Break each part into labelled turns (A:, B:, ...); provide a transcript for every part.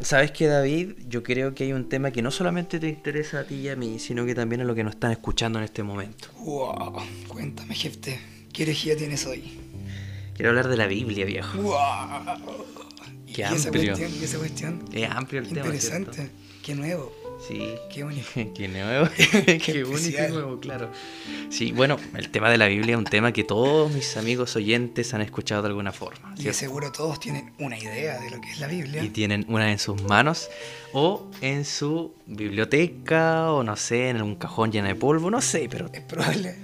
A: Sabes que David, yo creo que hay un tema que no solamente te interesa a ti y a mí, sino que también a los que nos están escuchando en este momento.
B: Wow, cuéntame, jefe, ¿qué herejía tienes hoy?
A: Quiero hablar de la Biblia, viejo.
B: Wow. ¿Y
A: Qué
B: esa
A: amplio.
B: cuestión? ¿Y esa cuestión?
A: Es amplio el
B: Qué
A: tema.
B: interesante,
A: ¿cierto?
B: qué nuevo,
A: Sí.
B: qué bonito.
A: Qué nuevo. Qué bonito
B: especial.
A: nuevo, claro. Sí, bueno, el tema de la Biblia es un tema que todos mis amigos oyentes han escuchado de alguna forma.
B: Y de
A: ¿cierto?
B: seguro todos tienen una idea de lo que es la Biblia.
A: y tienen una en sus manos o en su biblioteca o no sé, en un cajón lleno de polvo, no sé, pero
B: Es probable.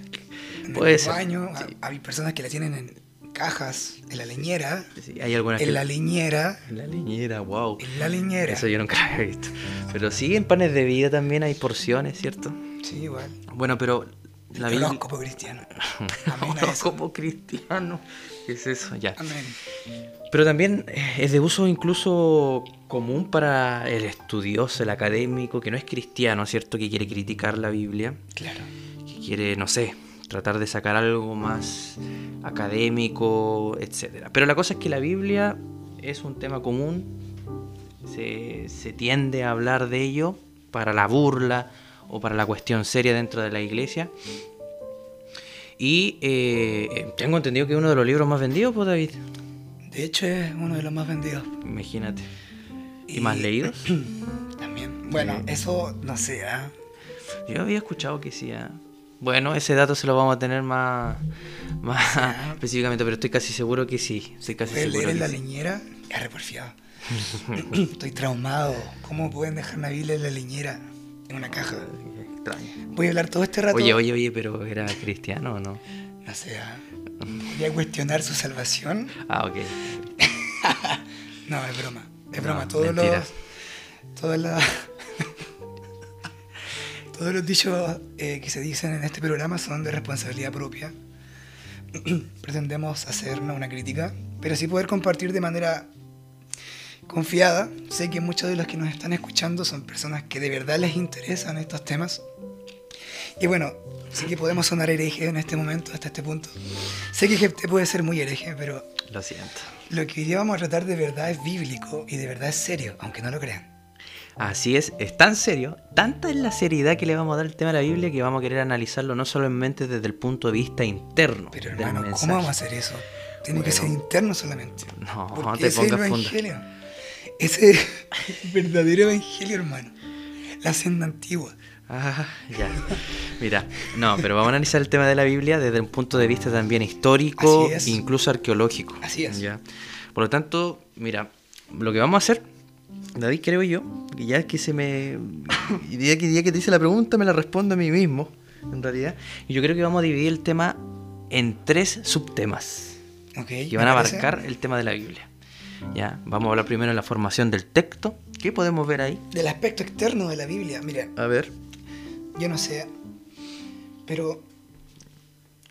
B: En
A: Puede
B: el
A: ser,
B: baño, a-
A: sí.
B: hay personas que la tienen en cajas, en la leñera,
A: sí, hay algunas que...
B: en la leñera,
A: en la leñera, wow.
B: en la leñera.
A: Eso yo nunca lo había visto. Pero sí, en panes de vida también hay porciones, ¿cierto?
B: Sí, igual.
A: Bueno, pero la
B: El
A: Biblia...
B: horóscopo cristiano. Amén a eso.
A: Horóscopo cristiano. ¿Qué es eso? Ya.
B: Amén.
A: Pero también eh, es de uso incluso común para el estudioso, el académico, que no es cristiano, ¿cierto? Que quiere criticar la Biblia,
B: Claro.
A: que quiere, no sé, tratar de sacar algo más académico, etc. Pero la cosa es que la Biblia es un tema común, se, se tiende a hablar de ello para la burla o para la cuestión seria dentro de la iglesia. Y eh, tengo entendido que es uno de los libros más vendidos, pues David.
B: De hecho es uno de los más vendidos.
A: Imagínate. ¿Y más leídos?
B: También. Bueno, eso no sé, ¿ah?
A: Yo había escuchado que sí. ah. Bueno, ese dato se lo vamos a tener más, más específicamente, pero estoy casi seguro que sí. Estoy casi
B: Voy a
A: seguro.
B: leer en
A: que
B: la
A: sí.
B: leñera. Ya reporfiado. ¿ah? Estoy traumado. ¿Cómo pueden dejar una Biblia en la leñera? En una caja.
A: Extraño.
B: Voy a hablar todo este rato.
A: Oye, oye, oye, pero ¿era cristiano o no?
B: No sé, ¿ah? Voy a cuestionar su salvación.
A: Ah, ok.
B: No, es broma. Es
A: No,
B: broma. Todos
A: mentira.
B: los. Todas las. todos los dichos eh, que se dicen en este programa son de responsabilidad propia. Pretendemos hacernos una crítica, pero sí poder compartir de manera confiada. Sé que muchos de los que nos están escuchando son personas que de verdad les interesan estos temas. Y bueno, sé que podemos sonar herejes en este momento, hasta este punto. Sé que Jepte puede ser muy hereje, pero
A: Lo siento.
B: lo que hoy día vamos a tratar de verdad es bíblico y de verdad es serio, aunque no lo crean.
A: Así es, es tan serio, tanta es la seriedad que le vamos a dar al tema de la Biblia que vamos a querer analizarlo no solamente desde el punto de vista interno
B: Pero
A: del
B: hermano,
A: mensaje.
B: ¿cómo vamos a hacer eso? Tiene que
A: Bueno.
B: ser interno solamente.
A: No,
B: Porque
A: no te
B: ese es el
A: pongas funda.
B: evangelio. Ese es el verdadero evangelio, hermano. La senda antigua.
A: Ah, ya. Mira, no, pero vamos a analizar el tema de la Biblia desde un punto de vista también histórico,
B: Así es.
A: incluso arqueológico.
B: Así es.
A: Ya. Por lo tanto, mira, lo que vamos a hacer, David, creo yo, que ya que se me. Ya que, ya que te hice la pregunta, me la respondo a mí mismo, en realidad. Y yo creo que vamos a dividir el tema en tres subtemas
B: ¿ok?
A: que van a
B: ¿Me parece?
A: abarcar el tema de la Biblia. Ya, vamos a hablar primero de la formación del texto. ¿Qué podemos ver ahí?
B: Del aspecto externo de la Biblia. Mira,
A: A ver.
B: yo no sé, pero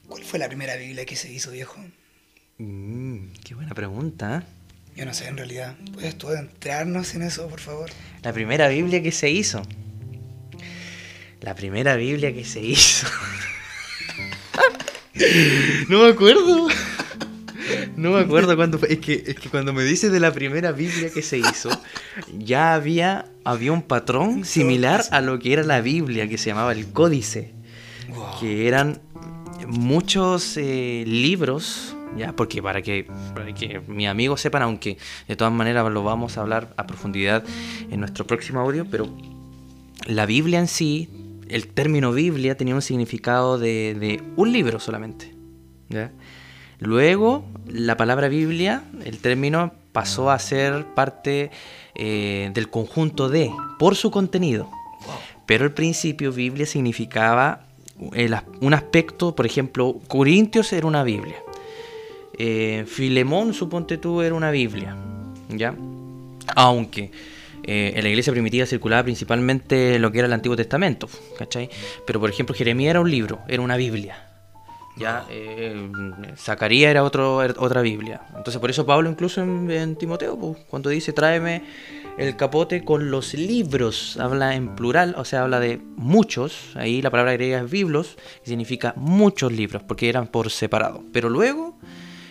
B: ¿cuál fue la primera Biblia que se hizo, viejo?
A: Mm, qué buena pregunta, ¿eh?
B: Yo no sé, en realidad. ¿Puedes tú adentrarnos en eso, por favor?
A: La primera Biblia que se hizo. La primera Biblia que se hizo. no me acuerdo. No me acuerdo cuándo fue. Es que, es que cuando me dices de la primera Biblia que se hizo, ya había, había un patrón similar a lo que era la Biblia, que se llamaba el Códice
B: Wow.
A: que eran muchos eh, libros, ya, porque para que, para que mis amigos sepan, aunque de todas maneras lo vamos a hablar a profundidad en nuestro próximo audio, pero la Biblia en sí, el término Biblia tenía un significado de, de un libro solamente. ¿ya? Luego, la palabra Biblia, el término pasó a ser parte eh, del conjunto de, por su contenido. Pero al principio Biblia significaba el as- un aspecto, por ejemplo, Corintios era una Biblia. Eh, Filemón, suponte tú, era una Biblia. ¿Ya? Aunque eh, en la iglesia primitiva circulaba principalmente lo que era el Antiguo Testamento, ¿cachai? Pero por ejemplo, Jeremías era un libro, era una Biblia. ¿Ya? Eh, Zacarías era otro, era otra Biblia. Entonces, por eso Pablo, incluso en, en Timoteo, pues, cuando dice tráeme el capote con los libros, habla en plural, o sea, habla de muchos. Ahí la palabra griega es biblos, que significa muchos libros, porque eran por separado. Pero luego,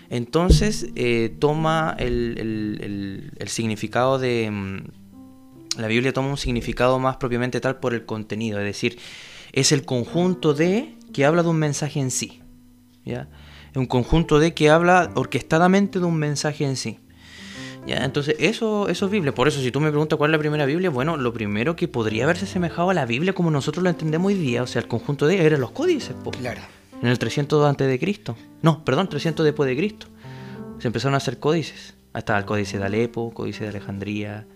A: entonces, eh, toma el, el- el- el significado de. mm, la Biblia toma un significado más propiamente tal por el contenido, es decir, es el conjunto de que habla de un mensaje en sí. ¿ya? Es un conjunto de que habla orquestadamente de un mensaje en sí. ¿ya? Entonces, eso, eso es Biblia. Por eso, si tú me preguntas cuál es la primera Biblia, bueno, lo primero que podría haberse asemejado a la Biblia como nosotros la entendemos hoy día, o sea, el conjunto de eran los códices. pues. po.
B: Claro.
A: En el 300 antes de Cristo. No, perdón, 300 después de Cristo. Se empezaron a hacer códices. Ahí estaba el códice de Alepo, códice de Alejandría,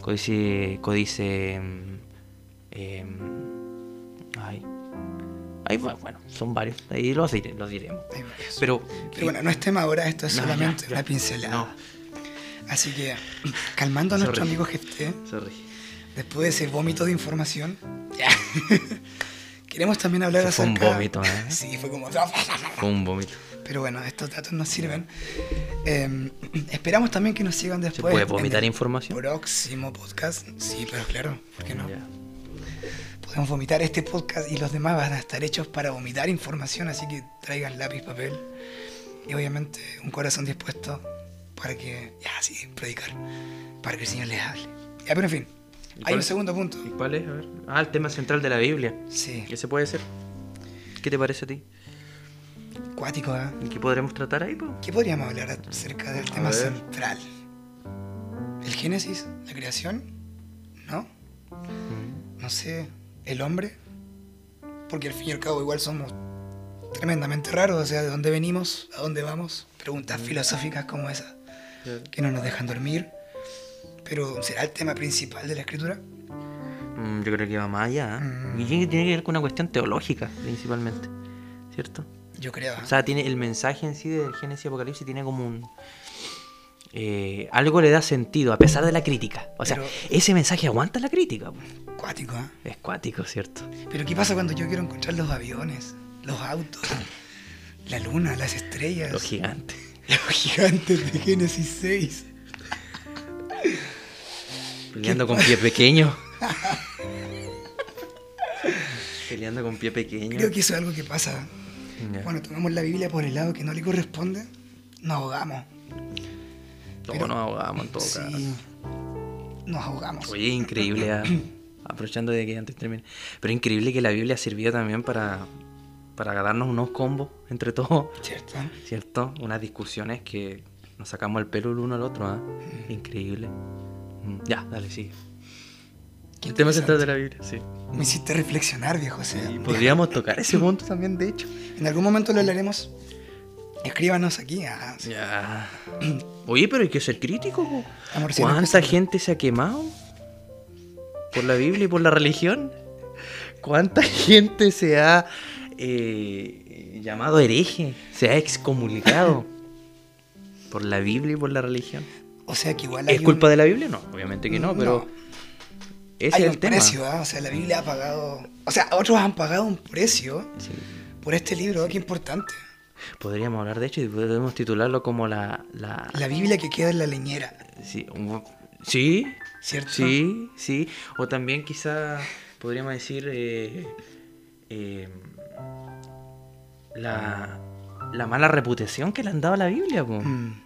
A: códice... códice mm, em, ay. Ahí, va- bueno, son varios. Ahí los, dire- los diremos.
B: Hay varios. Pero,
A: Pero...
B: bueno, no es tema ahora, esto es
A: No,
B: solamente
A: ya, ya.
B: una pincelada.
A: No.
B: Así que, calmando a
A: Sorry.
B: nuestro amigo Jefté,
A: Sorry.
B: después de ese vómito de información, queremos también hablar
A: Se fue un
B: acerca.
A: vómito, ¿eh?
B: Sí, fue como.
A: Fue un vómito.
B: Pero bueno, estos datos nos sirven. Eh, esperamos también que nos sigan después.
A: puede vomitar
B: en el
A: información?
B: Próximo podcast. Sí, pero claro, ¿por qué no?
A: Ya.
B: Podemos vomitar este podcast y los demás van a estar hechos para vomitar información, así que traigan lápiz, papel y obviamente un corazón dispuesto para que, ya, sí, predicar, para que el Señor les hable. Ya, pero en fin,
A: ¿Y
B: hay
A: cuál-
B: un segundo punto.
A: ¿Y cuál es? A ver. Ah, el tema central de la Biblia.
B: Sí,
A: Ese puede ser. ¿Qué te parece a ti?
B: cuático, ¿eh?
A: ¿Y ¿Qué podremos tratar ahí? po?
B: ¿Qué podríamos hablar acerca del
A: A
B: tema
A: ver.
B: central? ¿El Génesis? ¿La creación? ¿No?
A: Mm.
B: No sé, ¿el hombre? Porque al fin y al cabo igual somos tremendamente raros, o sea, ¿de dónde venimos? ¿A dónde vamos? Preguntas filosóficas como esas que no nos dejan dormir. Pero ¿será el tema principal de la escritura?
A: Mm, Yo creo que va más allá. ¿eh?
B: Mm.
A: Y tiene tiene que ver con una cuestión teológica, principalmente. ¿Cierto?
B: Yo creo. ¿eh?
A: O sea, tiene el mensaje en sí de Génesis y Apocalipsis tiene como un. eh, algo le da sentido, a pesar de la crítica. O sea,
B: Pero-
A: ese mensaje aguanta la crítica. po.
B: Cuático, ¿eh?
A: Es cuático, ¿cierto?
B: Pero ¿qué pasa cuando yo quiero encontrar los aviones, los autos, la luna, las estrellas?
A: Los gigantes.
B: Los gigantes de Génesis 6.
A: Peleando con pie pequeño. Peleando con pie pequeño.
B: Creo que eso es algo que pasa.
A: Ya.
B: Cuando tomamos la Biblia por el lado que no le corresponde, nos ahogamos.
A: Todos
B: pero-
A: nos ahogamos en todo caso.
B: Sí. Nos ahogamos.
A: Oye, increíble, ah, aprovechando de que antes termine, pero increíble que la Biblia sirvió también para, para darnos unos combos entre todos,
B: ¿Cierto?
A: ¿cierto? Unas discusiones que nos sacamos el pelo el uno al otro, ¿ah? Increíble. Mm, Ya, dale, sigue.
B: Qué
A: El tema central de la Biblia, sí.
B: Me hiciste reflexionar, viejo. o sea,
A: Y podríamos tocar ese punto también, de hecho.
B: En algún momento lo hablaremos. Escríbanos aquí. ajá, sí.
A: Ya. Oye, pero hay que ser crítico. po.
B: Amor, si no
A: ¿Cuánta
B: empezamos.
A: gente se ha quemado por la Biblia y por la religión? ¿Cuánta gente se ha eh, llamado hereje? ¿Se ha excomulgado por la Biblia y por la religión?
B: O sea que igual hay
A: ¿Es culpa de la Biblia? No, obviamente que no, pero ese
B: hay
A: es
B: un
A: el tema.
B: precio, ¿ah? o sea, la Biblia ha pagado, o sea, otros han pagado un precio
A: Sí.
B: por este libro, qué importante.
A: Podríamos hablar de hecho y podemos titularlo como la... la-
B: La Biblia que queda en la leñera,
A: sí, un- sí,
B: ¿cierto?
A: Sí, sí. O también quizá podríamos decir eh, eh, la, la mala reputación que le han dado a la Biblia. po.
B: Mm.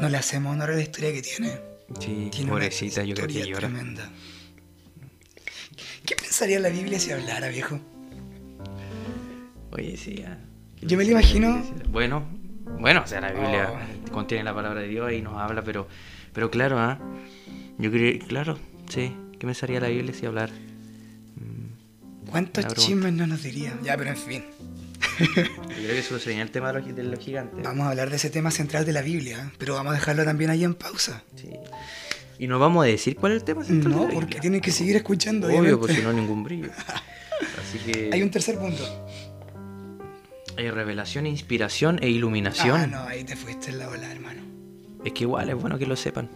B: No le hacemos honor a la historia que tiene.
A: Sí,
B: Tiene una
A: pobrecita, yo creo que
B: historia
A: llora.
B: tremenda. ¿Qué pensaría la Biblia si hablara, viejo?
A: Oye, sí. ya.
B: Yo me lo imagino- Oh.
A: Bueno, bueno, o sea, la Biblia contiene la palabra de Dios y nos habla, pero, pero claro, ¿ah? Yo creo, claro, sí. ¿Qué pensaría la Biblia si hablar?
B: ¿Cuántos
A: Una pregunta.
B: chismes no nos diría? Ya, pero en fin.
A: Yo creo que solucionaría el tema de los, de los gigantes.
B: Vamos a hablar de ese tema central de la Biblia, ¿eh? pero vamos a dejarlo también ahí en pausa.
A: Sí. Y no vamos a decir cuál es el tema central de
B: No,
A: la
B: porque
A: Biblia.
B: tienen que seguir escuchando.
A: Obvio,
B: obviamente.
A: pues si no ningún brillo. Así que
B: Hay
A: hay,
B: un tercer punto.
A: revelación, inspiración e
B: Ah,
A: iluminación.
B: no, ahí te fuiste en la ola, hermano.
A: Es que igual es bueno que lo sepan.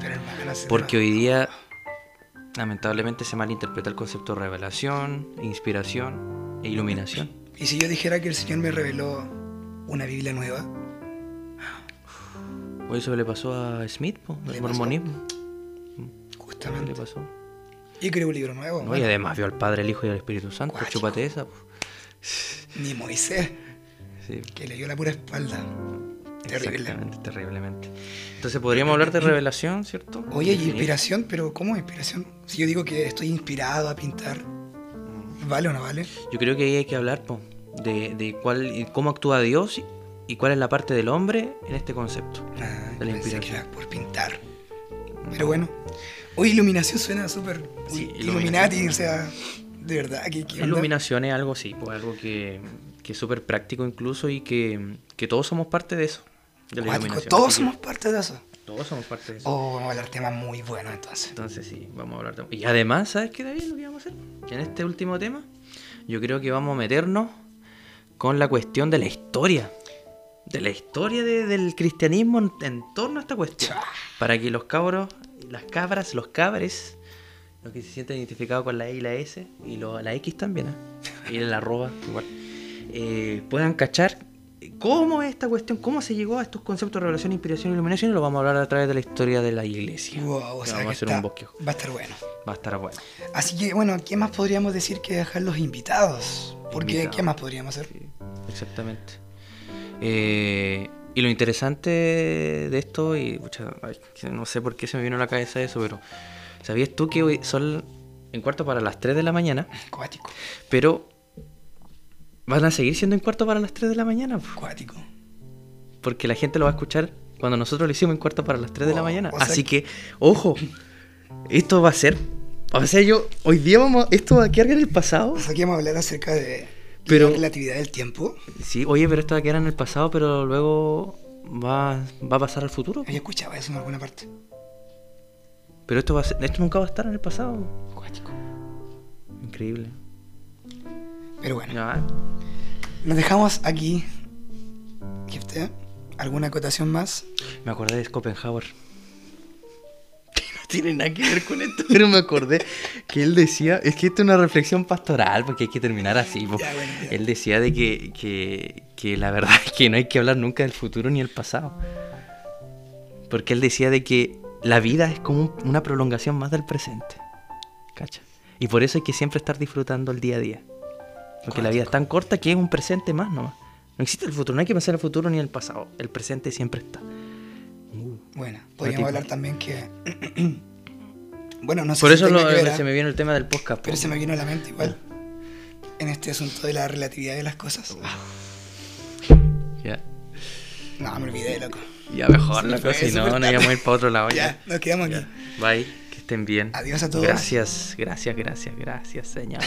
B: Pero hermano, no sé,
A: Porque
B: no.
A: hoy día, lamentablemente, se malinterpreta el concepto de revelación, inspiración e iluminación.
B: ¿Y si yo dijera que el Señor me reveló una Biblia nueva?
A: O eso le pasó a Smith, po,
B: Le
A: el
B: pasó.
A: mormonismo. ¿Qué le
B: Justamente.
A: pasó?
B: Yo creo un libro nuevo.
A: No, y además vio al Padre, el Hijo y al Espíritu Santo.
B: Cuático.
A: Chúpate esa. po.
B: Ni Moisés,
A: Sí,
B: que le dio la pura espalda.
A: es
B: Terrible.
A: Exactamente, terriblemente. Entonces podríamos hablar de revelación, ¿cierto?
B: Oye, y
A: Definir.
B: inspiración, pero ¿cómo es inspiración? Si yo digo que estoy inspirado a pintar, ¿vale o no vale?
A: Yo creo que ahí hay que hablar po, de, de cuál, y cómo actúa Dios y- y cuál es la parte del hombre en este concepto.
B: Ah,
A: De la
B: pensé que
A: inspiración.
B: era por pintar. Pero bueno. Hoy iluminación suena súper
A: Sí,
B: uy,
A: iluminación.
B: Illuminati, o sea, de verdad, ¿qué, qué onda?
A: Iluminación es algo, sí, pues algo que, que es súper práctico incluso y que, que todos somos parte de eso. De la
B: Cuático,
A: iluminación.
B: todos
A: Así que
B: somos parte de eso.
A: Todos somos parte de eso.
B: Oh, vamos a hablar temas muy buenos entonces.
A: Entonces sí, vamos a hablar de... Y además, ¿sabes qué, David? Lo que vamos a hacer en este último tema, yo creo que vamos a meternos con la cuestión de la historia. De la historia de- del cristianismo en, en torno a esta cuestión.
B: Chá.
A: Para que los cabros, las cabras, los cabres, los que se sienten identificados con la E y la S, y lo- la X también, ¿ah? y el arroba, igual, eh, puedan cachar cómo es esta cuestión, cómo se llegó a estos conceptos de revelación, inspiración y iluminación, y lo vamos a hablar a través de la historia de la iglesia.
B: Wow, o
A: Que
B: sea,
A: vamos
B: que
A: a hacer
B: está-
A: un bosquejo.
B: va a estar bueno.
A: Va a estar bueno.
B: Así que bueno, ¿qué más podríamos decir que dejar los invitados? Porque
A: Invitados.
B: ¿qué más podríamos hacer?
A: Exactamente. Eh, y lo interesante de esto, y pucha, ay, que no sé por qué se me vino a la cabeza eso, pero ¿sabías tú que hoy son en cuarto para las 3 de la mañana?
B: Cuático,
A: Pero van a seguir siendo en cuarto para las 3 de la mañana, po,
B: cuático.
A: porque la gente lo va a escuchar cuando nosotros lo hicimos en cuarto para las 3 de la
B: Wow,
A: mañana.
B: Oh, o sea
A: Así que, ojo, esto va a ser... O sea, yo, hoy día vamos, esto va a quedar en el pasado.
B: O sea, que vamos a hablar acerca de
A: Pero-
B: la relatividad del tiempo.
A: Sí, oye, pero esto va a quedar en el pasado, pero luego va, va a pasar al futuro.
B: Yo escuchaba eso en alguna parte.
A: Pero esto, va a ser- esto nunca va a estar en el pasado.
B: Cuático.
A: Increíble.
B: Pero bueno.
A: Ya, eh.
B: Nos dejamos aquí. Jefe, ¿alguna acotación más?
A: me acordé de Schopenhauer. No tiene nada que ver con esto, pero me acordé que él decía, es que esto es una reflexión pastoral, porque hay que terminar así. po.
B: Ya, bueno, ya.
A: Él decía de que, que, que la verdad es que no hay que hablar nunca del futuro ni del pasado. Porque él decía de que la vida es como un- una prolongación más del presente. ¿Cacha? Y por eso hay que siempre estar disfrutando el día a día. Porque la vida es tan corta que es un presente más nomás. No existe el futuro, no hay que pensar el futuro ni el pasado. El presente siempre está.
B: Bueno,
A: Cuático.
B: podríamos hablar también que. bueno, no sé
A: Por
B: si
A: eso
B: tenga
A: lo-
B: que ver, ¿ah?
A: se me vino el tema del podcast.
B: pero
A: po.
B: se me vino a la mente igual. En este asunto de la relatividad de las cosas. Ah,
A: Ya,
B: no, me olvidé, loco.
A: ya mejor,
B: Se me
A: loco,
B: fue
A: si no,
B: súper
A: nos íbamos a
B: tarde.
A: ir para otro lado. ya.
B: Ya, nos quedamos aquí.
A: Ya. Bye, que estén bien.
B: Adiós a todos.
A: Gracias, gracias, gracias, gracias, señor.